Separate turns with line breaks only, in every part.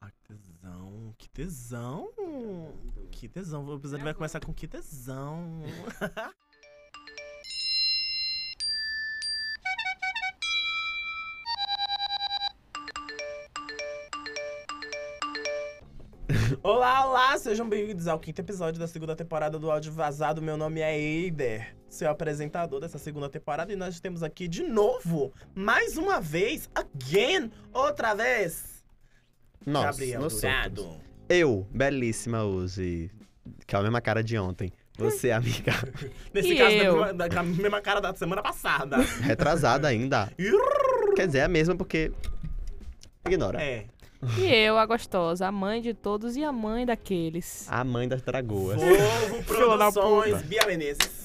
Ah, Que tesão! Que tesão. O episódio vai começar com que tesão. Olá, olá! Sejam bem-vindos ao quinto episódio da segunda temporada do Áudio Vazado. Meu nome é Eider, seu apresentador dessa segunda temporada, e nós temos aqui de novo, mais uma vez, again, outra vez,
Nós,
Gabriel
nós
Dourado.
soltamos. Eu, belíssima hoje, que é a mesma cara de ontem. Você, amiga,
Nesse
E
caso,
eu?
Da, mesma, da mesma cara da semana passada.
retrasada ainda. Quer dizer, é a mesma porque... Ignora.
É.
E eu, a gostosa, a mãe de todos e a mãe daqueles.
Ah.
A mãe das dragoas.
Ovo
Filha da
Produções, Bia Menezes.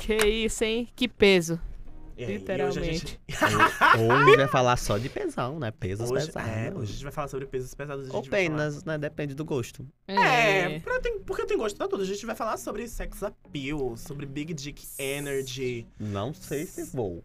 Que isso, hein? Que peso.
É, e hoje a
Literalmente.
gente-
Hoje vai falar só de pesão, né? Pesos
Hoje,
pesados.
é,
né?
hoje a gente vai falar sobre pesos pesados. a gente
Ou
vai falar-
penas, né? Depende do gosto.
É, pra- tem- porque eu tenho gosto pra tudo. A gente vai falar sobre sex appeal, sobre big dick energy.
Não sei se vou.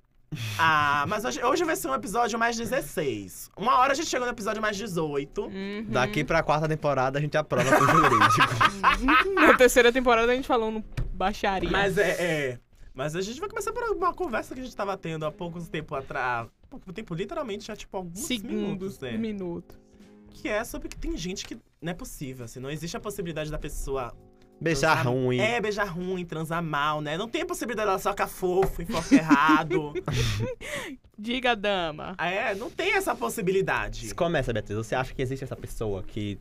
Ah, mas hoje, hoje vai ser um episódio mais 16. Uma hora a gente chega no episódio mais 18.
Uhum.
Daqui pra quarta temporada a gente aprova com o jurídico.
Na terceira temporada a gente falou no baixaria.
Ah. Mas é, é. Mas a gente vai começar por uma conversa que a gente tava tendo há pouco tempo atrás. Pouco tempo, literalmente, há tipo alguns
segundos,
minutos, né?
minutos.
que é sobre que tem gente que não é possível, assim, não existe a possibilidade da pessoa
Beijar
transar-
ruim.
É, beijar ruim, transar mal, né? Não tem a possibilidade dela socar fofo, enfoque errado.
Diga, dama.
É, não tem essa possibilidade.
Começa, Beatriz. Você acha que existe essa pessoa que...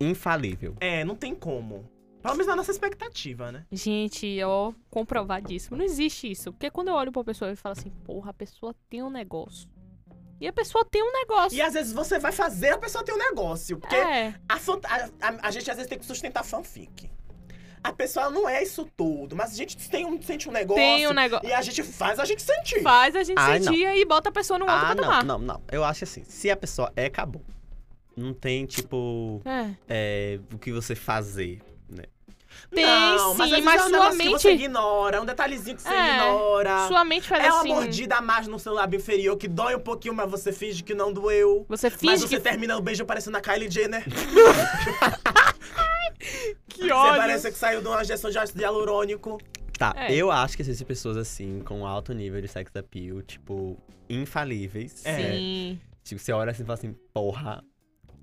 Infalível.
É, não tem como. Pelo menos na nossa expectativa, né?
Gente, ó, comprovadíssimo. Não existe isso. Porque quando eu olho pra pessoa e falo assim, porra, a pessoa tem um negócio. E a pessoa tem um negócio.
E às vezes você vai fazer a pessoa ter um negócio. Porque
É.
a, fan- a- a- a gente às vezes tem que sustentar fanfic. A pessoa não é isso tudo, mas a gente tem um, sente um negócio.
Tem um negócio.
E a gente faz a gente sentir.
Faz a gente
Ai,
sentir e bota a pessoa no outro
Ah,
pra
não,
tomar.
não, não. Eu acho assim, se a pessoa é, acabou. Não tem, tipo,
É.
é, o que você fazer.
Tem
não, mas,
sim,
às vezes
mas
é um
sua
negócio que você
mente-
ignora, um detalhezinho que você
É,
ignora.
Sua mente faz
É uma
assim.
mordida a mais no seu lábio inferior que dói um pouquinho, mas você finge que não doeu.
Você
mas
finge
você termina o beijo parecendo a Kylie Jenner.
que,
você
que ódio.
parece que saiu de uma injeção de ácido hialurônico.
Tá,
É.
eu acho que existem pessoas assim, com alto nível de sex appeal, tipo, infalíveis.
É.
né?
Sim.
Tipo, você olha assim e fala assim, porra.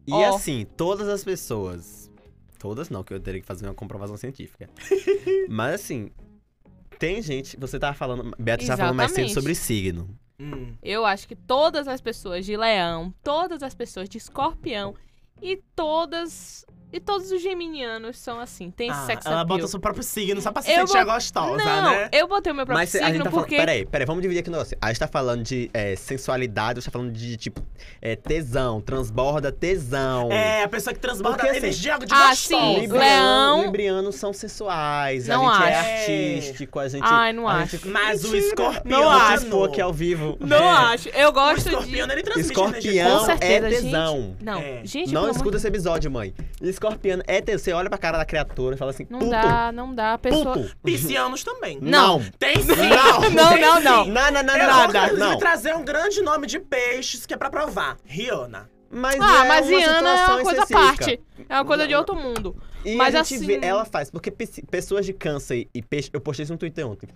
E
Ó.
assim, todas as pessoas. Todas não, que eu teria que fazer uma comprovação científica. Mas assim, tem gente. Você tava falando. Beatriz tava falando mais cedo
Exatamente.
sobre signo.
Hum.
Eu acho que todas as pessoas de leão, todas as pessoas de escorpião e todas. E todos os geminianos são assim. Tem esse
Ah,
sexo
ela
appeal.
bota o seu próprio signo só pra se
Eu
sentir
vou-
gostosa,
Não,
né?
eu botei o meu próprio
Mas cê-
signo
a gente tá
porque.
falando. Peraí, peraí, vamos dividir aqui o negócio. A gente tá falando de é, sensualidade, a gente tá falando de, tipo, é, tesão, transborda tesão.
É, a pessoa que transborda
Porque, assim,
energia de
ah,
gostosa.
sim,
Libriano-
Leão-
Librianos são sensuais,
Não
a gente
acho.
é artístico, a gente.
Ai, não
a
acho.
Gente...
Mas o
Mentira.
escorpião...
Não
de
acho.
novo.
aqui ao vivo. né?
Não
É.
acho. Eu
é O
gosto
escorpião,
de.
ele transmite energia
Escorpião
Com
gostosa.
é
certeza, gente.
tesão.
Não,
É.
gente,
não
pelo
escuta
amor...
esse episódio, mãe. Escorpião é tesão. Você olha pra cara da criatura e fala assim,
Não
puto,
dá, não dá. A pessoa.
puto.
Piscianos também.
Não.
Tem sim!
Não.
Não,
Tem
não,
sim. É
não.
Não, não, não,
Eu vou
nada.
inclusive,
Não.
trazer um grande nome de peixes que é pra provar. Rihanna.
Mas
Ah,
é
mas
uma
Iana é
situação
uma coisa à
específica.
parte. É uma coisa de
Não.
outro mundo.
E
Mas
a gente
assim-
vê, ela faz, porque pes- pessoas de câncer e peixe, eu postei isso no Twitter ontem,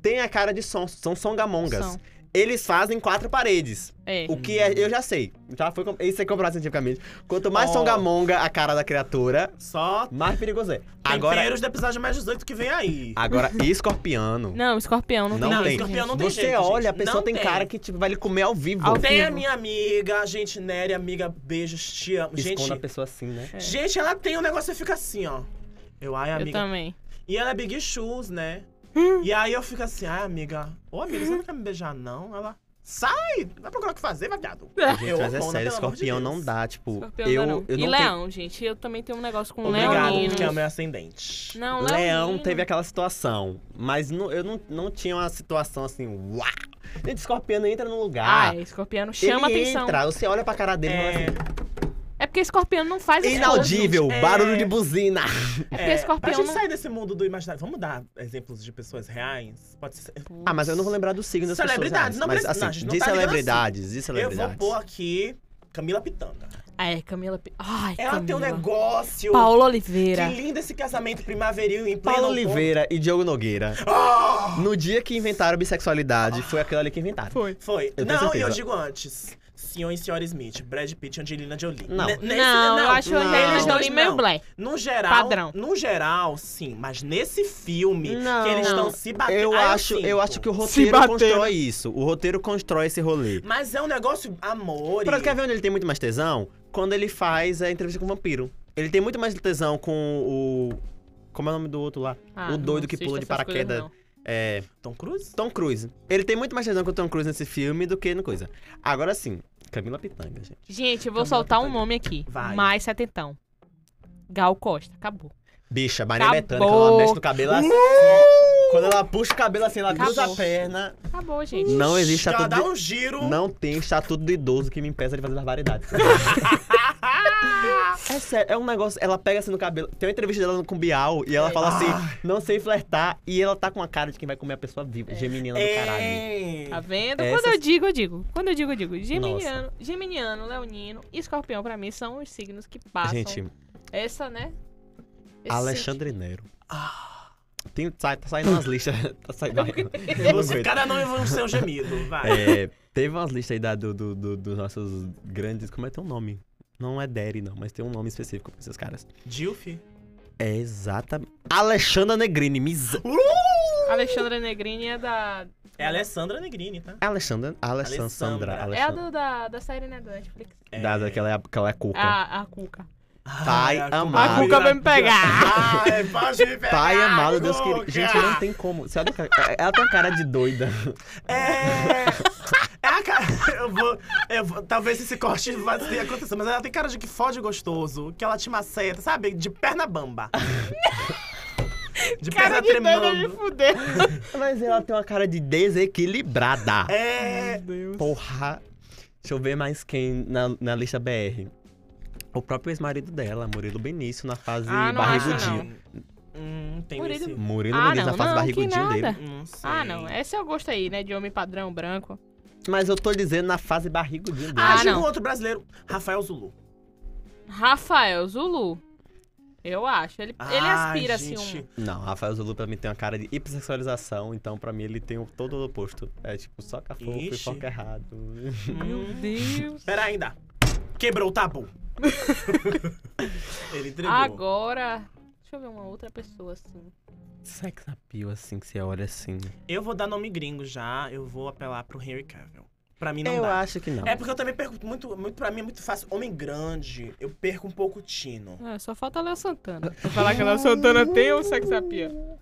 tem a cara de som, são songamongas.
São.
Eles fazem quatro paredes,
É.
o que é, eu já sei, já foi, com- isso é comprovado cientificamente. Quanto mais
Ó.
songamonga a cara da criatura,
Só
mais perigoso é. Agora,
temperos do episódio mais 18 que vem aí.
agora escorpiano,
Não, escorpião não,
Não
tem.
tem.
jeito,
escorpião não tem
você
jeito,
olha, a
gente.
pessoa
Não
tem,
tem.
cara que tipo, vai lhe comer ao vivo.
Ao-
Tem a
vivo.
minha amiga, gente, Nery, amiga, beijos, te amo.
Esconda
Gente,
a pessoa assim, né?
É.
gente, ela tem um negócio e fica assim, ó. Eu, ai,
Eu
amiga.
também.
E ela é Big Shoes, né?
Hum.
E aí eu fico assim, ai, amiga. Ô, amiga, você não quer me beijar, não? Ela, sai! Vai procurar o que fazer, vagado.
Gente,
Eu,
mas é
Mona,
sério,
pelo amor de
escorpião
Deus.
não dá, tipo,
Escorpião
eu,
não.
eu
e
não tenho-
leão, gente. Eu também tenho um negócio com
Obrigado,
leonino.
porque é o meu ascendente.
Não,
Leão
leonino.
teve aquela situação, mas não- eu não, não tinha uma situação assim, uau! Gente, escorpião entra no lugar.
Ah, é, escorpião chama
ele
atenção.
entra, você olha pra cara dele e fala
É porque escorpião não faz
assim,
esforço.
inaudível,
É.
barulho de buzina.
É porque
pra
escorpião
gente
não...
sair desse mundo do imaginário, vamos dar exemplos de pessoas reais? Pode ser.
Ah, mas eu não vou lembrar do signo das pessoas,
Celebridades,
reais,
não
mas
precisa-
assim,
não, a gente não
de
tá ligando
celebridades, de
Eu vou
celebridades.
pôr aqui Camila Pitanga.
É, Camila. Pe- Ai,
Ela
Camila.
tem um negócio.
Paulo
Que
Oliveira.
lindo esse casamento primaveril em pleno
Paulo
outono.
Oliveira e Diogo Nogueira.
Ah!
No dia que inventaram bissexualidade, foi aquilo ali que inventaram.
Foi.
Foi.
Eu tenho
não, e eu
certeza.
digo antes. Senhor e senhora Smith, Brad Pitt e Angelina Jolie.
Não.
Ne- nesse-
não, eu acho
não.
a Angelina
Eles dois
Jolie é meio
não.
black.
No geral,
Padrão.
no geral, sim, mas nesse filme
Não.
que eles estão
Não.
se batendo.
Eu
Ah,
acho,
sinto.
eu acho que o
Se
roteiro
bater,
constrói isso. O roteiro constrói esse rolê.
Mas é um negócio amor.
Pronto, quer ver onde ele tem muito mais tesão? Quando ele faz a entrevista com o vampiro. Ele tem muito mais tesão com o. Como é o nome do outro lá?
Ah,
O
não
doido que
assisto
pula de
essas coisas,
paraquedas.
não.
É.
Tom Cruise?
Tom Cruise. Ele tem muito mais tesão com o Tom Cruise nesse filme do que no coisa. Agora sim, Camila Pitanga, gente.
Gente, eu vou
Camila
soltar um
Pitanga.
nome aqui.
Vai.
Mais setentão. Gal Costa, acabou.
Bicha, Maria
Acabou. Uh!
Bethânia, quando ela mexe no cabelo assim. Quando ela puxa o cabelo assim, ela cruza a
Acabou.
perna.
Acabou, gente.
Não existe
Ela
estatuto
dá
de...
um giro.
Não tem estatuto do idoso que me impeça de fazer barbaridades. é sério, é um negócio. Ela pega assim no cabelo. Tem uma entrevista dela com o Bial e ela fala assim: não sei flertar. E ela tá com a cara de quem vai comer a pessoa viva. Geminina do caralho.
Ei.
Tá vendo?
Essas-
Quando eu digo, eu digo. Quando eu digo, eu digo. Geminiano, Geminiano, Leonino e Escorpião, pra mim, são os signos que passam.
Gente,
Essa, né? Esse-
Alexandre Nero. Tem, sai- tá saindo umas listas. Tá saindo. vai. Eu não
Você,
aguento.
cada nome vai ser um gemido, vai.
É, teve umas listas aí da, do, do- do- dos nossos grandes. Como é teu nome? Não é Derry, não, mas tem um nome específico pra esses caras.
Dilf.
É exatamente. Alexandra Negrini. Misa...
Alexandra Negrini é da.
É Alessandra Negrini, tá?
Alexandra. Alessandra.
Alessandra.
É a
Alexandra.
do, da, da série, né? Da Netflix.
É.
Da, daquela, aquela é cuca.
A, a Cuca.
Pai
Ai,
amado.
A Cuca vai me pegar.
Ai, pode me pegar,
Pai amado, Deus
Cuca.
querido. Gente, não tem como. Você olha o cara- Ela tem uma cara de doida.
É. É a cara. Eu vou, eu vou- Talvez esse corte vá ter acontecido, mas ela tem cara de que fode gostoso, que ela te maceta, sabe? De perna bamba. De perna
Cara de doida de
tremendo.
fuder.
Mas ela tem uma cara de desequilibrada.
É.
Deus.
Porra. Deixa eu ver mais quem na, na lista BR. O próprio ex-marido dela, Murilo Benício, na fase
Ah, não acho,
barrigudinho.
Hum, tem
Por ele-
esse.
Murilo
Ah,
Benício,
não,
na fase
não,
barrigudinho
que
dele.
nada.
Não sei.
Ah, não. Esse é o gosto aí, né? De homem padrão branco.
Mas eu tô dizendo na fase barrigudinho dele.
Ah,
Ah,
digo
não.
outro brasileiro, Rafael Zulu.
Rafael Zulu. Eu acho. Ele, ele
Ai,
aspira, assim,
Ah, gente.
um.
Não, Rafael Zulu pra mim tem uma cara de hipersexualização, então pra mim ele tem o todo o oposto. É tipo, soca fofo e
Ixi.
foca errado.
Meu Deus.
Hum. Pera ainda. Quebrou o tabu. ele é entregou.
Agora. Deixa eu ver uma outra pessoa, assim.
Sex appeal assim, que você olha assim.
Eu vou dar nome gringo já, eu vou apelar pro Henry Cavill. Pra mim não
eu
dá.
acho que não.
É porque eu também perco muito, muito, pra mim é muito fácil. Homem grande, eu perco um pouco o tino.
Ah, só falta a Léo Santana. Vou falar que a Léo Santana tem ou sex appeal?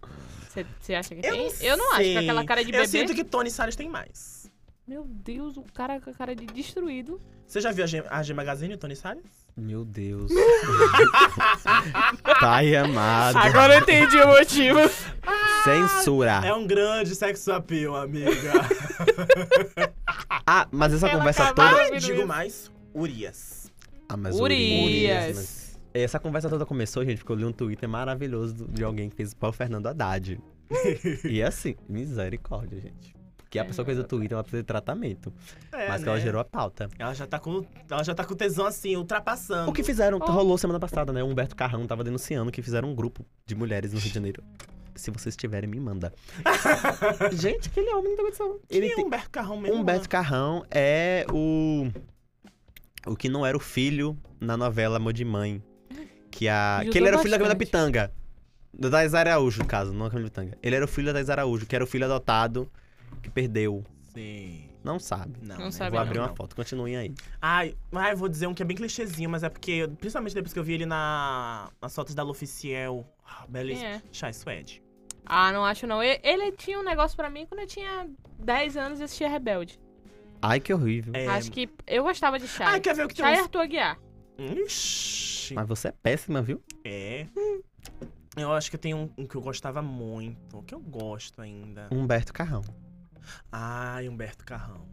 Você acha que
Eu
tem?
não
eu não acho, com
sei.
aquela cara de
Eu
bebê.
sinto que Tony Salles tem mais.
Meu Deus, o cara com a cara de destruído.
Você já viu a G, a G Magazine, o Tony Salles?
Meu Deus. Pai amado.
Agora eu entendi o motivo.
Censura.
É um grande sexo appeal, amiga.
Ah, mas essa
Ela
conversa
acabou-
toda.
Ai, meu
Digo
Deus.
mais, Urias.
Ah, mas
Urias.
mas- Essa conversa toda começou, gente, porque eu li um Twitter maravilhoso do- de alguém que fez para o Fernando Haddad. e assim, misericórdia, gente. Porque a pessoa que fez o Twitter, ela precisa de tratamento.
É,
mas que ela
né?
gerou a pauta.
Ela já tá com, ela já tá com tesão assim, ultrapassando.
O que fizeram,
Oh.
rolou semana passada, né? O Humberto Carrão tava denunciando que fizeram um grupo de mulheres no Rio de Janeiro. Se vocês tiverem, me manda. gente, aquele homem não tem condição. Ele
Quem é
tem...
Humberto Carrão mesmo?
Humberto Carrão é o. O que não era o filho na novela Amor de Mãe. Que, a...
Ajudou
que ele era o filho da Camila
bastante.
Pitanga. Da Thais Araújo, no caso, não a Camila Pitanga. Ele era o filho da Thais Araújo, que era o filho adotado, que perdeu.
Sim.
Não sabe.
né? Não,
Não
né?
sabe,
Vou
não.
abrir uma foto, continuem aí.
Ai, ai, vou dizer um que é bem clichêzinho, mas é porque, eu- principalmente depois que eu vi ele na, nas fotos da L'Officiel. Ah,
Quem
belíssimo.
é?
Chai Suede.
Ah, não acho não. E- Ele tinha um negócio pra mim quando eu tinha 10 anos e assistia Rebelde.
Ai, que horrível.
É...
Acho que eu gostava de Shai.
Ai, quer ver o que tem
Shai
uns...
Arthur Aguiar.
Ixi.
Mas você é péssima, viu?
É. Eu acho que tem um, um que eu gostava muito, que eu gosto ainda.
Humberto Carrão.
Ai, Humberto Carrão.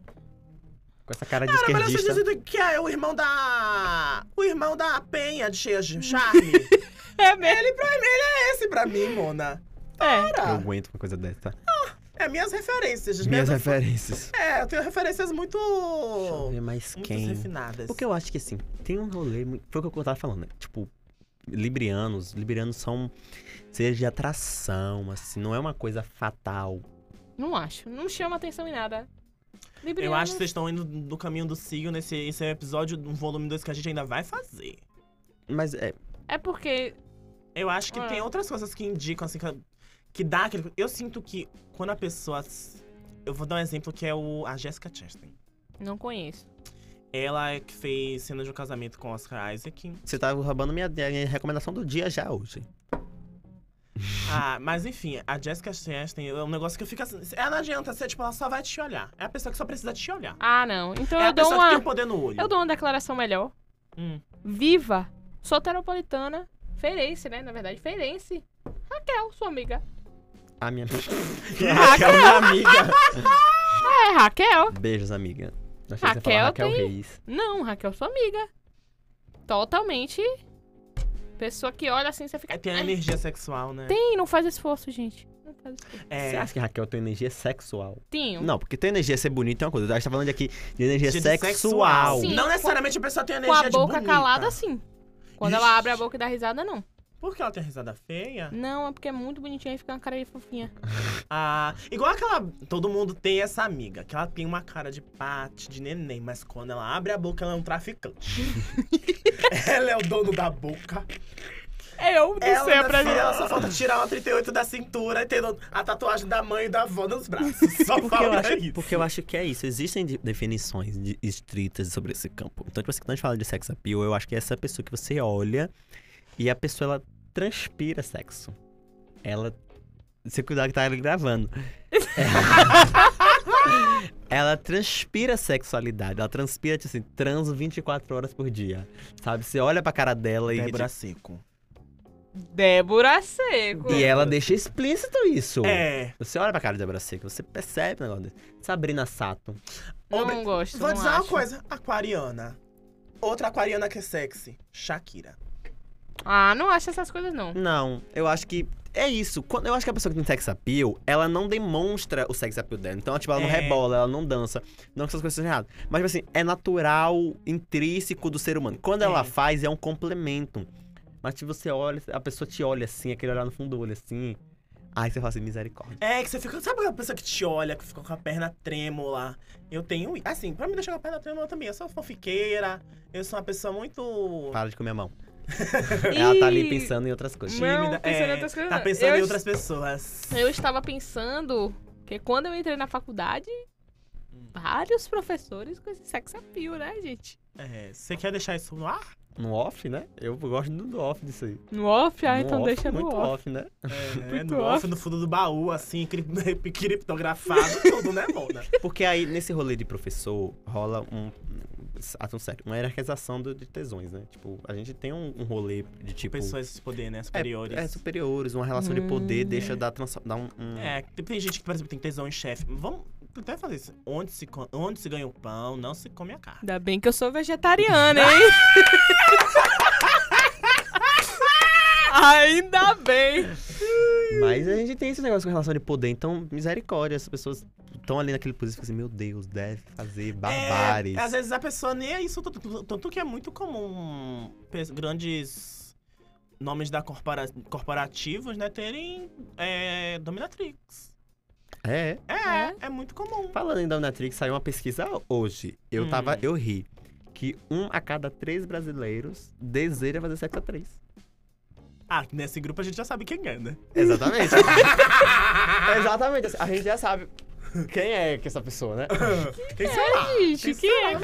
Com essa cara de
Cara, mas você
esquerdista.
dizendo que é o irmão da. O irmão da Penha de Cheia de Charme.
É mesmo?
Esse pra mim, Mona.
É.
Eu aguento uma coisa dessa.
É, minhas referências. minhas-
Minhas referências.
É, eu tenho referências muito.
Deixa eu ver é mais
Muito
quem.
refinadas.
Porque eu acho que assim, tem um rolê. mui- Foi o que eu tava falando, né? Tipo, librianos. Librianos são seres de atração, assim. Não é uma coisa fatal.
Não acho. Não chama atenção em nada.
Eu
Libriano-
acho que vocês estão indo do caminho do signo nesse esse é um episódio, um volume 2 que a gente ainda vai fazer.
Mas é.
É porque.
Eu acho que
É.
tem outras coisas que indicam, assim, que, que dá aquele. Eu sinto que quando a pessoa. s- Eu vou dar um exemplo que é o, a Jessica Chastain.
Não conheço.
Ela é que fez cena de um casamento com Oscar Isaac.
Você tá roubando minha, minha recomendação do dia já hoje.
Ah, mas enfim, a Jessica Chastain é um negócio que eu fico assim. Ela não adianta ser, tipo, ela só vai te olhar. É a pessoa que só precisa te olhar.
Ah, não. Então
é
eu
a
dou
pessoa que
uma.
tem o poder no olho.
Eu dou uma declaração melhor.
Hum.
Viva! Soteropolitana. Feirense, né? Na verdade, Feirense. Raquel, sua amiga.
A minha. Raquel, minha amiga.
É, Raquel.
Beijos, amiga. Achei que você ia falar
Raquel
Raquel
tem-
Reis.
Não, Raquel, sua amiga. Totalmente. Pessoa que olha assim, você fica.
É, tem a
"Ai,
energia sexual, né?
Tem, não faz esforço, gente. Não faz esforço.
É,
Você acha que Raquel tem energia sexual?
Tinho.
Não, porque ter energia ser bonita é uma coisa. A gente tá falando aqui de energia
de
sexual.
Sim.
Não necessariamente a pessoa tem
Com
energia
a
de
boca
bonita.
calada, sim. Quando ela
Ixi.
abre a boca e dá risada, não.
Por que ela tem risada feia?
Não, é porque é muito bonitinha e fica uma cara de fofinha.
Ah, igual aquela. Todo mundo tem essa amiga, que ela tem uma cara de pate, de neném, mas quando ela abre a boca, ela é um traficante. ela é o dono da boca.
Eu não
Ela,
sei é
ainda assim,
pra
só,
gente.
ela só falta tirar uma 38 da cintura e ter a tatuagem da mãe e da avó nos braços. Só
Porque eu,
falta
acho,
isso.
porque eu acho que é isso. Existem de- definições de- estritas sobre esse campo. Então, tipo assim, quando a gente fala de sex appeal, eu acho que é essa pessoa que você olha e a pessoa, ela transpira sexo. Ela... Se cuidar que tá ele gravando. É. ela transpira sexualidade. Ela transpira, tipo assim, transo 24 horas por dia. Sabe? Você olha pra cara dela e...
Débora Seco.
Débora Seco.
E ela deixa explícito isso.
É.
Você olha pra cara de Débora Seca, você percebe o negócio desse. Sabrina Sato.
Não
Homem-
gosto,
Vou
não
dizer uma
acho.
coisa: aquariana. Outra aquariana que é sexy, Shakira.
Ah, não acho essas coisas, não.
Não, eu acho que é isso. Quando eu acho que a pessoa que tem sex appeal, ela não demonstra o sex appeal dela. Então, tipo, ela não
É.
rebola, ela não dança. Não que essas coisas sejam erradas. Mas, tipo assim, é natural, intrínseco do ser humano. Quando ela
É.
faz, é um complemento. Mas se você olha, a pessoa te olha assim, aquele olhar no fundo do olho assim. Aí você fala assim, misericórdia.
É, que você fica. Sabe aquela pessoa que te olha, que fica com a perna trêmula? Eu tenho. i- Assim, pra me deixar com a perna trêmula também. Eu sou fofiqueira, eu sou uma pessoa muito.
Para de comer a mão. ela tá ali
Ih,
pensando em outras coisas.
tímida.
Não, pensando em
é,
outras coisas,
Tá
não.
pensando
Eu
em
es-
outras pessoas.
Eu estava pensando que quando eu entrei na faculdade,
Hum.
vários professores com esse sex appeal, né, gente?
É, você quer deixar isso no ar?
No off, né? Eu gosto do do off disso aí.
No off, ah,
No
então
off,
deixa no
muito
off.
off, né?
É,
Muito
no off, no fundo do baú, assim, cri- criptografado, tudo, né, Mona?
Porque aí, nesse rolê de professor, rola um. Ah, tão sério. Uma hierarquização do- de tesões, né? Tipo, a gente tem um, um rolê de tipo.
Pessoas de poder, né?
é,
Superiores.
É, superiores, uma relação de poder
Hum,
deixa dar, transfor- dar um. um-
É, tem, tem gente que, por exemplo, tem tesão em chefe. Vamos até fazer isso. Onde se, co- onde se ganha o pão, não se come a carne.
Ainda bem que eu sou vegetariana, hein? Ainda bem.
Mas a gente tem esse negócio com relação de poder, então, misericórdia, as pessoas estão ali naquele posição assim, meu Deus, deve fazer barbares.
É, às vezes a pessoa nem é isso. Tanto, tanto que é muito comum pe- grandes nomes da corpora, corporativos, né, terem é, dominatrix.
É,
É, é, muito comum.
Falando em Dominatrix, saiu uma pesquisa hoje. Eu
Hum.
tava. Eu ri. Que um a cada três brasileiros deseja fazer sexo a três.
Ah, nesse grupo a gente já sabe quem é, né?
Exatamente. Exatamente. assim, A gente já sabe quem é que essa pessoa, né?
Quem será?
É. Gente, que é?
é?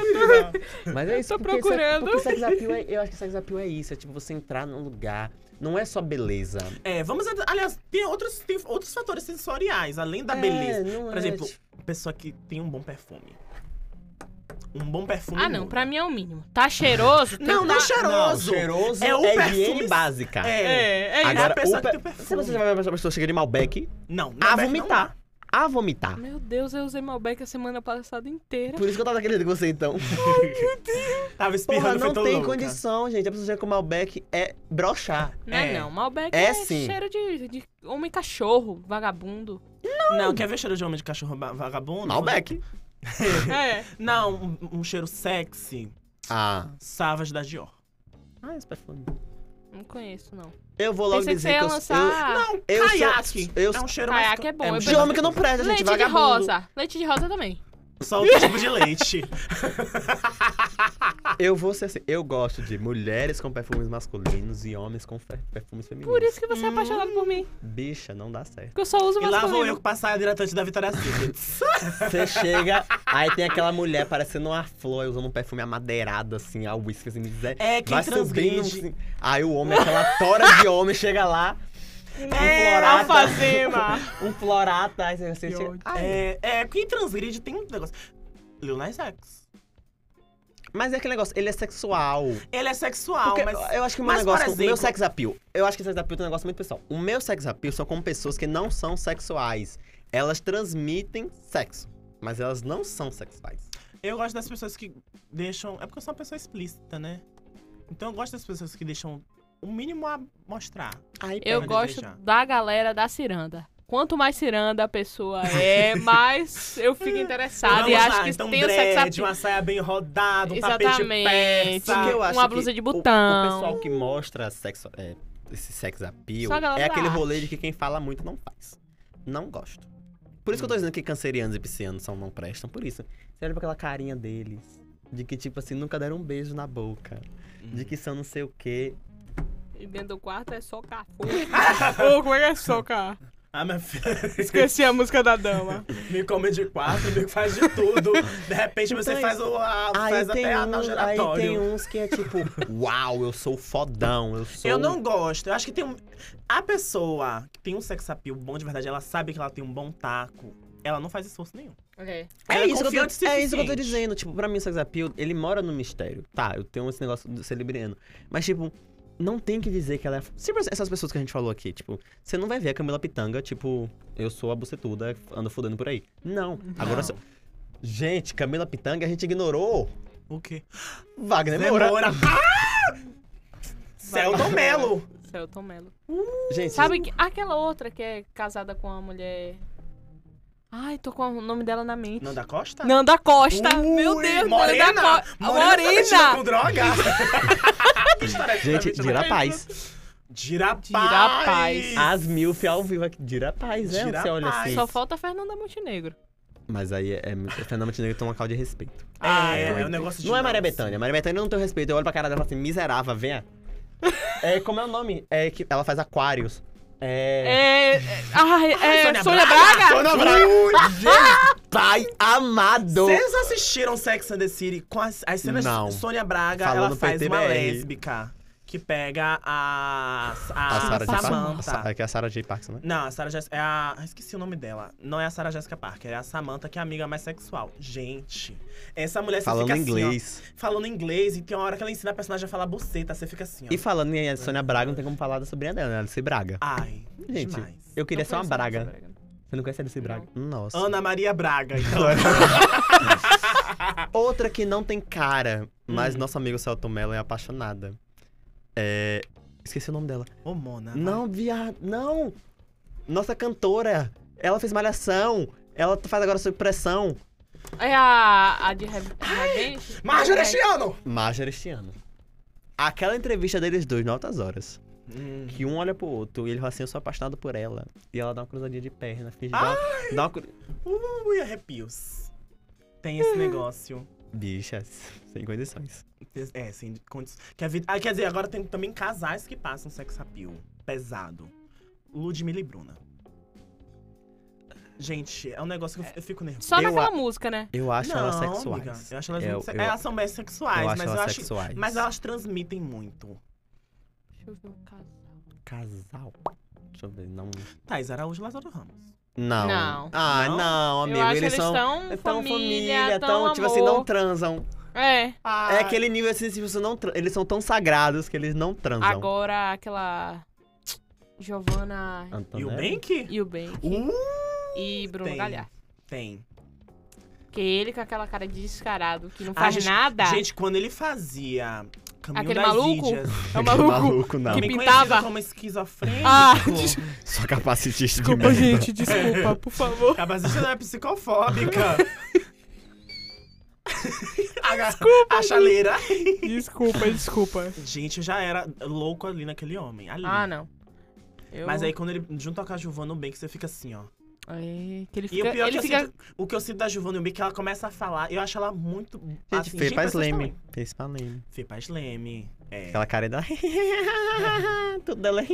Mas é isso.
tô
porque sex-
procurando.
Porque sex appeal é, eu acho que sex appeal é isso. É tipo você entrar num lugar. Não é só beleza.
É, vamos. ad- Aliás, tem outros, tem outros fatores sensoriais, além da beleza.
É, não
Por
é,
exemplo,
tipo,
pessoa que tem um bom perfume. Um bom perfume.
Ah, não,
muda.
pra mim é o mínimo. Tá cheiroso? tem
Não,
que
não é
tá...
cheiroso.
Não, cheiroso
É
é,
o perfume-
higiene básica.
É.
É, é
Agora,
Agora,
a pessoa
o pe-
que tem um perfume.
se você já vai pra pessoa chega de Malbec,
Não, não bebe,
a
não
vomitar. A vomitar.
isso. Meu Deus, eu usei Malbec a semana passada inteira.
Por isso que eu tava querendo com você, então.
dá. Tava espirrando,
Porra,
foi
não
tão
tem
louca.
condição, gente. A pessoa chega com Malbec é brochar.
Não é,
É.
não, Malbec
É
é,
sim.
cheiro de, de homem cachorro, vagabundo.
Não, quer ver cheiro de homem de cachorro ba- vagabundo?
Malbec.
É.
Não, um, um cheiro sexy.
Ah.
Savage da Dior.
Ah, esse perfume.
Não conheço, não.
Eu vou logo
Pensei que
dizer
você
que,
ia
eu,
lançar.
não,
eu sou-
caiaque.
eu
é um cheiro mais...
Caiaque é bom,
um
eu
eu...
cheiro-
De homem que não presta, gente. é
Leite de
vagabundo.
rosa. Leite de rosa também.
Só outro tipo de leite.
Eu vou ser assim. Eu gosto de mulheres com perfumes masculinos e homens com fe- perfumes femininos.
Por isso que você é apaixonado por mim.
Bicha, não dá certo.
Porque eu só uso
e lá vou eu
masculino.
que passar a hidratante da Vitória Secret.
Você chega, aí tem aquela mulher parecendo uma flor, usando um perfume amadeirado, assim, a whisky, assim, dizer.
É, quem
vai
transgride.
subindo, assim. Aí o homem, aquela tora de homem, chega lá,
É,
florata.
Alfazema.
um florata, aí você
Que
chega,
ódio.
"Ai,
é, é, quem transgride tem um negócio. Lil Nas X.
Mas é aquele negócio, ele é sexual.
Ele é sexual,
Porque
mas...
eu acho que o meu
mas,
negócio,
por
o meu
exemplo-
sex appeal, eu acho que sex appeal tem um negócio muito pessoal. O meu sex appeal são com pessoas que não são sexuais. Elas transmitem sexo, mas elas não são sexuais.
Eu gosto das pessoas que deixam. É porque eu sou uma pessoa explícita, né? Então eu gosto das pessoas que deixam o mínimo a mostrar.
Aí
Eu
Pode
gosto
deixar.
da galera da ciranda. Quanto mais ciranda a pessoa é, mais eu fico interessada e
Vamos
acho
lá,
que
então,
tem o
dread,
sex appeal.
uma saia bem rodada, um
Exatamente.
tapete
Porque
persa.
eu acho
Uma
que
blusa
o-
de
O,
botão.
pessoal que mostra sexo, é, esse sex appeal
Só a galera
é
da
aquele rolê
arte.
de que quem fala muito não faz. Não gosto. Por isso que eu tô dizendo que cancerianos e piscianos são não prestam, por isso. Você olha pra aquela carinha deles, de que, tipo assim, nunca deram um beijo na boca, de que são não sei o quê.
E dentro do quarto é socar fogo. Ô, como é que é socar?
Ah, minha filha,
Esqueci a música da dama.
me come de quatro, me faz de tudo. De repente você
Então,
faz, o, a,
Aí
faz
tem,
até
uns, aí
analgeratório.
tem uns que é tipo, uau, eu sou fodão, eu sou.
Eu não gosto. Eu acho que tem um. A pessoa que tem um sex appeal bom de verdade, ela sabe que ela tem um bom taco. Ela não faz esforço nenhum.
É.
Ela
É isso, que eu
confiante
tô, é isso que eu tô
suficiente.
dizendo. Tipo, pra mim, o sex appeal, ele mora no mistério. Tá, eu tenho esse negócio do celebriano. Mas, tipo, não tem que dizer que ela é. Sempre essas pessoas que a gente falou aqui, tipo, você não vai ver a Camila Pitanga, tipo, eu sou a bucetuda, ando fudendo por aí. Não. Agora.
Não.
se- Gente, Camila Pitanga a gente ignorou.
O quê?
Wagner Moura.
Demora. Ah! Celton Melo.
Celton Mello.
Gente,
Sabe que- aquela outra que é casada com uma mulher. Ai, tô com o nome dela na mente.
Nanda Costa?
Nanda Costa.
Ui,
tá, Meu Deus,
Morena?
Nanda Costa.
Morena, tá metido com
Morena.
droga? Que história é essa?
gente, Dira Paz.
Dirapaz.
Dirapaz.
As Milf ao vivo aqui. Dira Paz, né?
Dira
Você olha
Paz.
assim.
Só falta Fernanda Montenegro.
Mas aí é, é, é Fernanda Montenegro toma caldo de respeito.
Ah, é,
É,
é um negócio de
Não é Maria
nossa.
Bethânia. Maria Bethânia eu não tem respeito. Eu olho pra cara dela e falo assim, miserável, venha. É, como é o nome? É que ela faz aquários. É.
É. é, ai, é
Sônia
Sônia, Braga?
Sônia Braga. Gente, pai amado!
Vocês assistiram Sex and the City com as, as cenas
Não.
de Sônia Braga?
Falou
ela
no
faz uma
PTBR.
lésbica que pega a.
A
A,
Sarah J. Parkson. A Sa-
Samantha.
É que é a Sarah J. Parkson, né?
Não, a Sarah Jessica. É a. ah, Esqueci o nome dela. Não é a Sarah Jessica Parker, é a Samantha, que é a amiga mais sexual. Gente, essa mulher você
Falando
fica assim,
inglês.
ó, falando inglês, e tem uma hora que ela ensina a personagem a falar buceta, você fica assim, ó.
e falando em Sônia Braga, não tem como falar da sobrinha dela, né? Alice Braga.
Ai,
Gente,
demais.
eu queria
Não
ser é uma
conheço
Braga.
Sônia Braga.
Você não conhece a Alice Braga? Nossa.
Ana Maria Braga, então.
Outra que não tem cara, mas nosso amigo Celto Mello é apaixonada. É. Esqueci o nome dela.
Ô, Mona.
Não, viado, não! Nossa cantora, ela fez malhação, ela faz agora sob pressão.
É a, a de Re- Revenge?
Marjorie
É.
este ano!
Major este ano. Aquela entrevista deles dois, altas horas,
Hum.
que um olha pro outro e ele fala assim: Eu sou apaixonado por ela. E ela dá uma cruzadinha de perna, finge dá, dá uma. cru-
Ui, arrepios. Tem esse negócio.
Bicha, sem condições.
É, assim, condi- que a vida- ah, quer dizer, agora tem também casais que passam sex appeal pesado. Ludmilla e Bruna. Gente, é um negócio que eu f- eu fico nervosa.
Só
Eu
naquela
a-
música, né?
Eu acho
não,
elas
amiga,
sexuais.
eu acho elas,
Eu-
muito se-
eu-
elas são bem sexuais,
eu acho
mas
elas
eu acho.
sexuais.
Mas elas transmitem muito.
Deixa eu ver um caso.
Casal. Deixa eu ver, não.
Thais Araújo e Lázaro Ramos.
Não.
Não.
Ah,
Não?
não, amigo.
eu acho que
eles são. é
tão
tão
família, tão amor.
tipo assim, não transam.
É,
Ah,
É aquele nível assim, tipo, você não tran- eles são tão sagrados que eles não transam.
agora aquela...
Ah.
Giovanna
E o
Antonella?
Bank?
e o Ben
Uh,
e Bruno
tem.
Galhar.
tem.
Que ele com aquela cara de descarado, que não
Ah,
faz
gente-
nada.
Gente, quando ele fazia Caminho
Aquele
das
maluco?
Índias.
É o
Aquele
maluco.
não.
que
Também
pintava?
Ah. conhecido como esquizofrênico.
Ah,
Só capacitista de
Desculpa,
merda.
gente, desculpa, por favor.
Cabazista não é psicofóbica. Desculpa, a chaleira.
Desculpa, desculpa.
Gente, eu já era louco ali naquele homem. Ali.
Ah, não. Eu-
Mas aí quando ele junta com a Giovanna Nubank, você fica assim, ó.
É, que ele
E
fica.
o pior
ele
que
fica.
eu sinto, o que eu sinto da Giovanna Nubank é que ela começa a falar, eu acho ela muito.
Gente,
assim,
fez pra Slime.
impressionante.
Fez pra Slime.
Fê pra Slime. É.
Aquela cara dela. Tudo dela.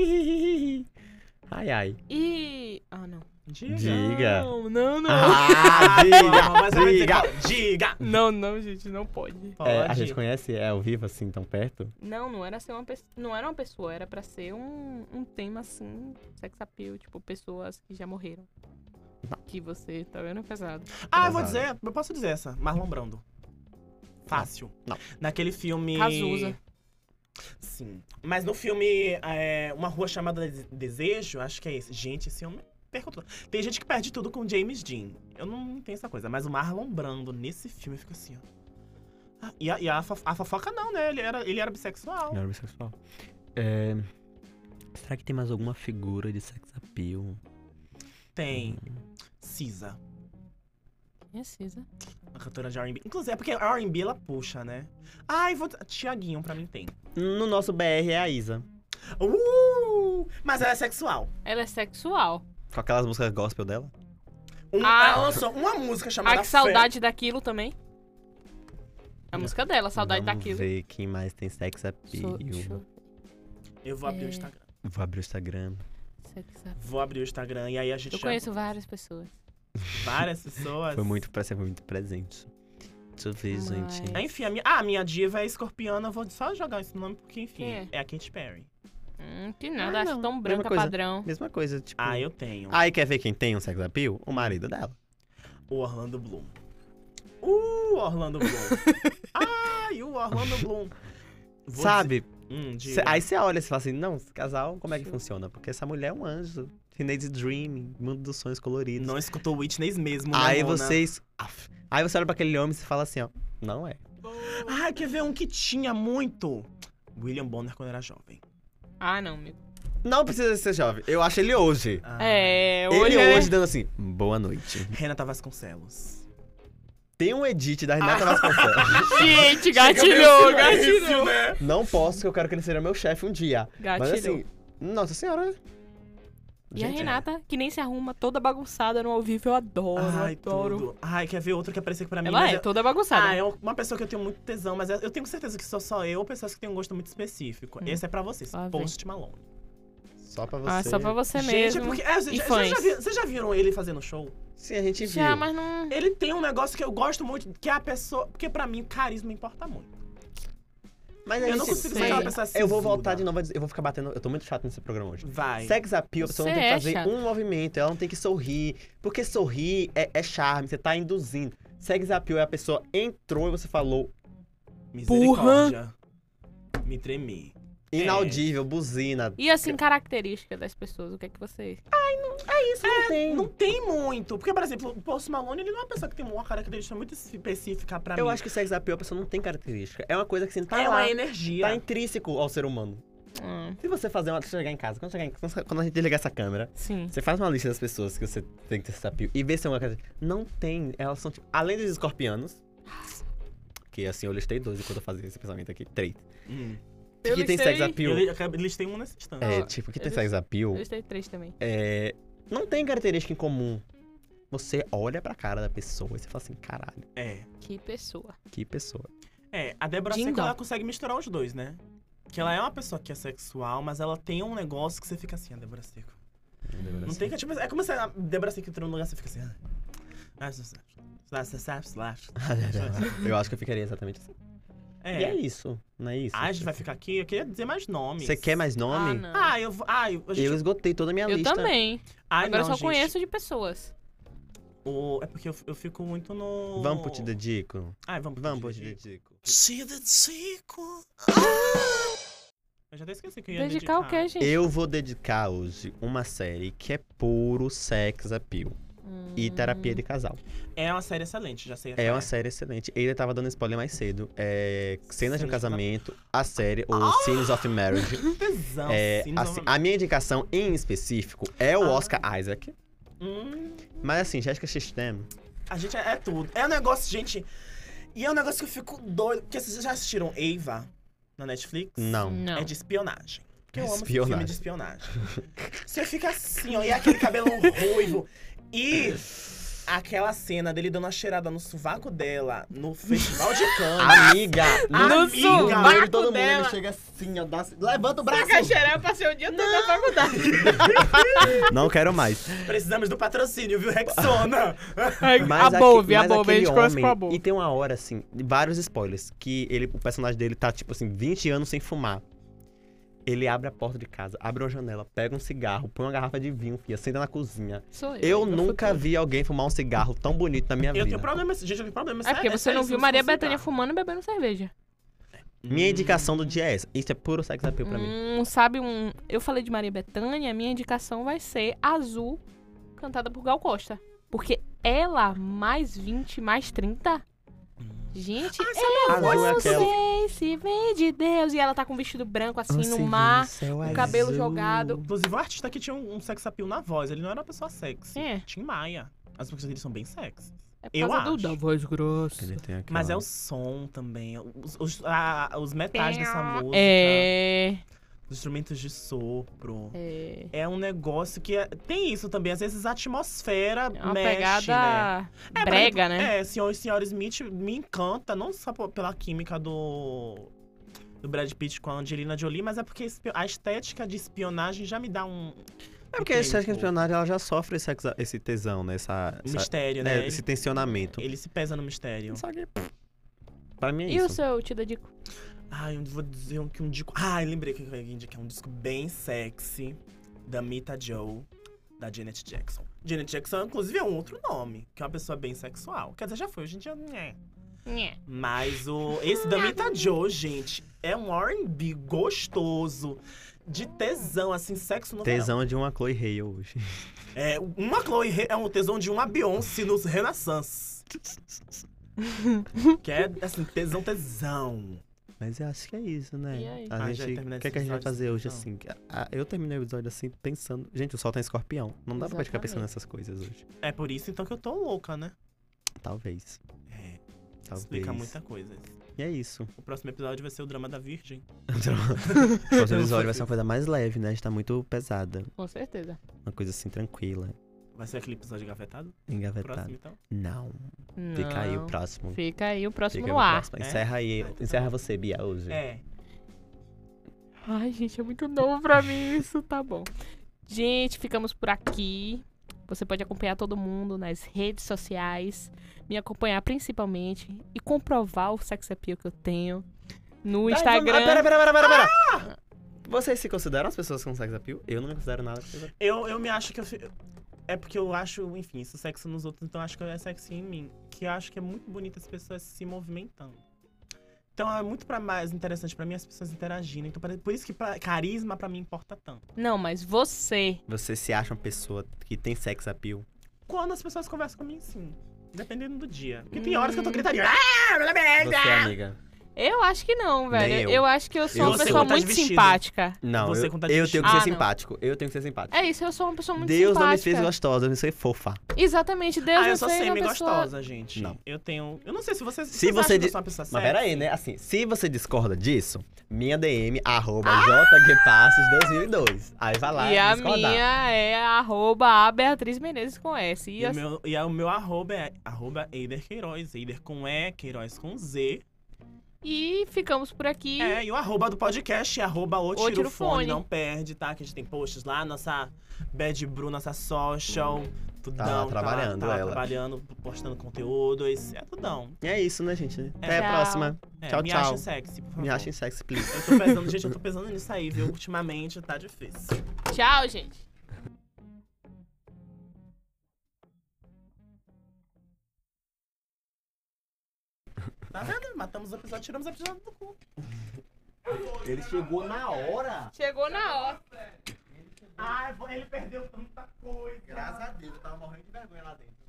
ai, ai.
E. Ah, não.
Diga.
Diga.
Não, não, não.
Ah,
Não, mas ela vai dizer,
diga.
diga.
Não, não, gente, não pode.
É, a
Pode.
gente conhece é ao vivo, assim, tão perto?
Não, não era ser uma pessoa. Não era uma pessoa, era pra ser um, um tema assim, sex appeal, tipo, pessoas que já morreram. Que você tá vendo pesado.
Ah, eu vou
Exato.
dizer, eu posso dizer essa. Marlon Brando. Fácil.
Não.
Naquele filme.
Cazuza.
Sim. Mas no filme é, Uma Rua Chamada Des- Desejo, acho que é esse. Gente, esse homem perco tudo. Tem gente que perde tudo com James Dean. Eu não tenho essa coisa. Mas o Marlon Brando nesse filme fica assim, ó. Ah, E a, e a fo- a fofoca não, né? Ele era, ele era bissexual.
Ele era bissexual. É, Será que tem mais alguma figura de sex appeal?
Tem. Cisa,
Precisa.
a cantora de R&B. Inclusive, é porque a R&B ela puxa, né? Ai, vou... Tiaguinho pra mim tem.
No nosso BR é a Isa.
Uh! Mas ela é sexual.
Ela é sexual.
Com aquelas músicas gospel dela?
Um,
Ah.
ela lançou uma música
Ah,
chamada
que saudade daquilo também. A música dela, saudade
Vamos
daquilo.
ver quem mais tem sex appeal.
Sou- sou-
Fé. Eu vou abrir o Instagram.
Vou abrir o Instagram.
sex appeal.
Vou abrir o Instagram e aí a gente
Eu
chama
conheço várias pessoas.
várias pessoas.
Foi muito, parece que foi muito presente. Deixa eu ver,
Mas-
gente.
Enfim, a minha, ah, a minha diva é escorpiana. Eu vou só jogar esse nome porque, enfim,
Quem é?
é a Katy Perry.
Hum, que
Ah,
nada, acho
não.
tão
Mesma
branca
coisa.
padrão.
Mesma coisa, tipo.
Ah, eu tenho.
Aí quer ver quem tem um sex appeal? O marido dela.
O Orlando Bloom. Uh, Orlando Bloom. Ai, o Orlando Bloom. Vou
Sabe?
dizer- Hum, diva.
Cê- aí você olha e fala assim: não, esse casal, como é que
Sim.
funciona? Porque essa mulher é um anjo. Teenage Dream, mundo dos sonhos coloridos.
Não escutou Whitney mesmo, né,
Aí
Mona?
vocês. af. Aí você olha pra aquele homem e você fala assim, ó. Não é.
Ah, quer ver um que tinha muito? William Bonner quando era jovem.
Ah, não, amigo.
Não precisa ser jovem. Eu acho ele hoje.
Ah,
É,
Ele
hoje.
né?
é-
hoje dando assim, boa noite.
Renata Vasconcelos.
Tem um edit da Renata
Ah.
Vasconcelos.
Gente, gatilhou, gatilhou.
né?
Não posso, que eu quero que ele seja meu chefe um dia. Mas
Gatilhou.
assim, nossa senhora.
E a
Gente, é.
Renata, que nem se arruma, toda bagunçada no ao vivo, eu adoro,
Ai,
adoro.
tudo. Ai, quer ver outro que apareceu aqui pra mim?
Ela
mas
é
eu-
toda bagunçada.
Ah, é uma pessoa que eu tenho muito tesão, mas eu tenho certeza que sou só eu ou pessoas que têm um gosto muito específico.
Hum.
Esse é pra vocês,
Lá vem.
Post Malone.
Só pra você.
Ah, só pra você
um Gente, é
mesmo.
porque. É, vocês,
E
já,
fãs.
vocês já vi- vocês já viram ele fazendo show?
Sim, a gente viu.
Já, mas não.
Ele tem um negócio que eu gosto muito, que é a pessoa. Porque pra mim, carisma importa muito.
Mas aí
Eu não
se-
consigo
sei.
ser aquela pessoa assim.
Eu vou voltar de novo. é a dizer- Eu vou ficar batendo. Eu tô muito chato nesse programa hoje.
Vai.
Sex appeal, a pessoa não
Você
tem que
é
fazer
chato.
um movimento, ela não tem que sorrir. Porque sorrir é, é charme, você tá induzindo. Sex appeal é a pessoa entrou e você falou
Misericórdia. Me tremi. É.
inaudível, buzina.
E assim, característica das pessoas, o que é que você.
Isso É, não tem.
Não tem muito. Porque, por exemplo, o Post Malone, ele não é uma pessoa que tem uma característica muito específica pra
Eu
mim.
acho que sex appeal a pessoa não tem característica. É uma coisa que assim, tá
é
lá.
uma energia.
Tá intrínseco ao ser humano.
Hum.
Ah,
Se você fazer uma. Deixa eu chegar em casa. Quando, chegar em- quando- quando a gente ligar essa câmera,
sim.
você faz uma lista das pessoas que você tem que ter sex appeal e vê se é uma característica. Não tem. Elas são tipo. Além dos escorpianos. Que assim, eu listei dois enquanto eu fazia esse pensamento aqui. Três.
Hum.
Eu
que tem
listei-
sex appeal.
Eu li- acabei- listei um nesse instante.
É,
Ah,
tipo, que
eu
tem
listei-
sex appeal.
Eu listei três também.
é, não tem característica em comum. Você olha pra cara da pessoa e você fala assim, caralho,
É.
Que pessoa.
que pessoa.
É, a Débora
Ding
Seco,
dong.
ela consegue misturar os dois, né? Que ela é uma pessoa que é sexual, mas ela tem um negócio que você fica assim, a Débora Seco. Não tem que, tipo, é como se a Débora Seco entrou num lugar e você fica assim... ah, ah, ah, ah, ah,
Eu acho que eu ficaria exatamente assim.
ah.
E é
É.
isso, não é isso?
Ah, a gente vai ficar aqui? Eu queria dizer mais nomes.
Você quer mais
Ah,
nome?
não.
Ah, eu vou... Ah, eu... a gente-
eu esgotei toda a minha
eu
lista.
também.
Ai,
Agora eu
não,
só
gente.
conheço de pessoas.
O- É porque eu, eu fico muito no...
Vamos pro te dedico?
Ai, vamos pro
Vamos pro
Te
te
Dedico.
dedico.
Te Dedico. Eu já até esqueci que eu ia
Dedicar o quê, gente?
Eu vou dedicar hoje uma série que é puro sex appeal.
Hum.
e Terapia de Casal.
É uma série excelente, já sei.
É uma série excelente. Ele tava dando spoiler mais cedo. É, cenas de um
Cenas de cam-
casamento, a série, ou Scenes of Marriage.
série. Tesão,
É,
sim,
assim,
não-
a minha indicação em específico é o
Ah.
Oscar Isaac.
Hum,
Mas assim, Jessica Chastain.
a gente é, é tudo. É um negócio, gente. E é um negócio que eu fico doido. Porque vocês já assistiram Eva na Netflix?
Não.
Não.
É de espionagem. Porque eu amo esse
Espionagem.
filme de espionagem. Você fica assim, ó, e aquele cabelo ruivo. E aquela cena dele dando uma cheirada no sovaco dela no festival de Cannes.
Amiga!
No
amiga,
sovaco
ele- todo mundo
dela.
ele chega assim, ó, dá- levanta o
Pra
braço!
caixeira, eu passei o dia todo na faculdade.
Não quero mais.
Precisamos do patrocínio, viu, Rexona?
Mas
a Bove, a
aqui, mas
Bove, a
aquele
gente conhece
homem-
com a Bove.
E tem uma hora, assim, de vários spoilers, que ele, o personagem dele tá, tipo assim, 20 anos sem fumar. Ele abre a porta de casa, abre uma janela, pega um cigarro, põe uma garrafa de vinho, fia, senta na cozinha.
Sou
Eu
no
nunca
futuro.
vi alguém fumar um cigarro tão bonito na minha
Eu
vida.
tenho problema, gente, eu tenho problema.
É
sério,
porque você
sério,
não
se
viu
eu
Maria
fosse
Bethânia
dar.
fumando e bebendo cerveja.
Minha indicação do dia é essa. Isso é puro sex appeal pra mim.
Hum, sabe um... Eu falei de Maria Bethânia, minha indicação vai ser Azul, cantada por Gal Costa. Porque ela, mais 20, mais 30... Gente,
Ah, sabe uma
Azul é
eu não
aquela-
sei se vem de Deus. E ela tá com um vestido branco assim no mar.
é
o cabelo jogado.
Inclusive, um artista que tinha um, um sex appeal na voz, ele não era uma pessoa sexy.
É.
Tim Maia. As músicas dele são bem sexy.
É por
Eu
causa do-
acho.
da voz grossa.
Ele tem aquela...
Mas é o som também, os, os, a- os metais dessa música,
É.
os instrumentos de sopro.
É.
É um negócio que é- tem isso também, às vezes a atmosfera
É uma
mexe, né?
pegada
É, por
brega,
exemplo,
né?
É, senhor e senhora Smith me encanta, não só po- pela química do do Brad Pitt com a Angelina Jolie, mas é porque espi- a estética de espionagem já me dá um
É porque a
tem
estética
um pouco.
espionagem, ela já sofre esse, sex- esse tesão, né? Essa, essa-
mistério,
né,
né?
Esse
Ele,
tensionamento.
ele se pesa no mistério.
Só que... pff, Pra mim é
E o
isso.
seu Tida Dico?
Ai, eu vou dizer um, que um disco. Ai, lembrei que eu ia indicar um disco bem sexy da Mita Joe, da Janet Jackson. Janet Jackson, inclusive, é um outro nome, que é uma pessoa bem sexual. Quer dizer, já foi, hoje em dia. né. Mas o. Esse da Mita Joe, gente, é um RB gostoso. De tesão, assim, sexo no verão.
Tesão de uma Chloe Hale hoje.
É, uma Chloe Re- é um tesão de uma Beyoncé nos Renaissance. que é, assim, tesão, tesão.
Mas eu acho que é isso,
E
né?
aí?
A
Ah, já
gente,
terminou
o que, é
esse
que a gente vai
episódio
fazer
assim,
hoje,
então?
assim? Ah, eu terminei o episódio assim, pensando... Gente, o sol tá em escorpião. Não dá pra ficar pensando
Exatamente.
nessas coisas hoje.
É por isso, então, que eu tô louca, né?
Talvez.
É,
Talvez.
explica muita coisa.
E é isso. Então,
O próximo episódio vai ser o drama da Virgem.
o próximo episódio vai ser uma coisa mais leve, né? A gente tá muito pesada.
Com certeza.
Uma coisa assim, tranquila.
Vai ser aquele episódio engavetado?
Engavetada.
Próximo, então?
Não. Fica aí o
Não.
próximo.
Fica aí o próximo
Fica
no
aí o
ar.
próximo.
É?
Encerra aí.
Ah, então tá
Encerra
bom.
você, Bia, hoje.
É.
Ai, gente, é muito novo pra mim isso, tá bom. Gente, ficamos por aqui. Você pode acompanhar todo mundo nas redes sociais, me acompanhar principalmente e comprovar o sex appeal que eu tenho no
Ai,
Instagram. Ah.
vamos- Ah, pera, pera, pera, pera, pera. Vocês se consideram as pessoas com sex appeal? Eu não me considero nada com sex appeal.
Eu, eu me acho que eu. fi- É porque eu acho, enfim, isso é sexo nos outros, então eu acho que é sexo em mim. Que eu acho que é muito bonito as pessoas se movimentando. Então é muito pra mais interessante pra mim as pessoas interagirem. Então, pra- por isso que pra- carisma pra mim importa tanto.
Não, mas você.
Você se acha uma pessoa que tem sex appeal?
Quando as pessoas conversam comigo, sim. Dependendo do dia. Porque tem horas que eu tô gritando. Ah, blá, blá, blá.
É
Você, amiga?
Eu acho que não, velho.
Nem eu.
acho que eu sou
Eu
uma
sei.
Tá
pessoa
de
muito
vestido.
simpática.
Não,
Você
eu,
com tá de
eu tenho que ser
vestido. Ah, não.
simpático. Eu tenho que ser simpático.
É isso, eu sou uma pessoa muito
Deus não me
simpática.
fez gostosa, eu me fez fofa.
Exatamente, Deus
ah, eu
me
sou
fez uma pessoa...
semi-gostosa, gente.
Não.
Eu tenho. Eu não sei se vocês.
Se
vocês
você
acham que
di-
eu sou uma pessoa
Mas
séria.
peraí, né? Assim, se você discorda disso, minha DM, arroba jgpassos2002. Aí vai lá
e a
discordar.
minha é arroba a Beatriz Menezes com S.
E,
E assim
o
as-
meu, e o meu arroba é arroba Eider Queiroz. Eider com E, Queiroz com Z.
E ficamos por aqui.
É, e o arroba do podcast é arroba o
Tiro
Tiro Fone.
Fone.
Não perde, tá? Que a gente tem posts lá, nossa Bad Bru, nossa social. Tudão.
Tá lá trabalhando
tá lá
ela.
trabalhando, postando conteúdos. É tudão.
E é isso, né, gente? Até
Tchau.
a próxima.
É,
Tchau,
me
tchau.
achem sexy, por favor.
Me achem sexy, please.
Eu tô pesando, gente, eu tô pesando nisso aí, viu? Ultimamente tá difícil.
Tchau, gente.
Tá vendo? Matamos o episódio, tiramos o episódio do cu.
Ele chegou na hora.
Chegou na hora.
Ah,
ele perdeu tanta coisa.
Graças a Deus, eu tava morrendo de vergonha lá dentro.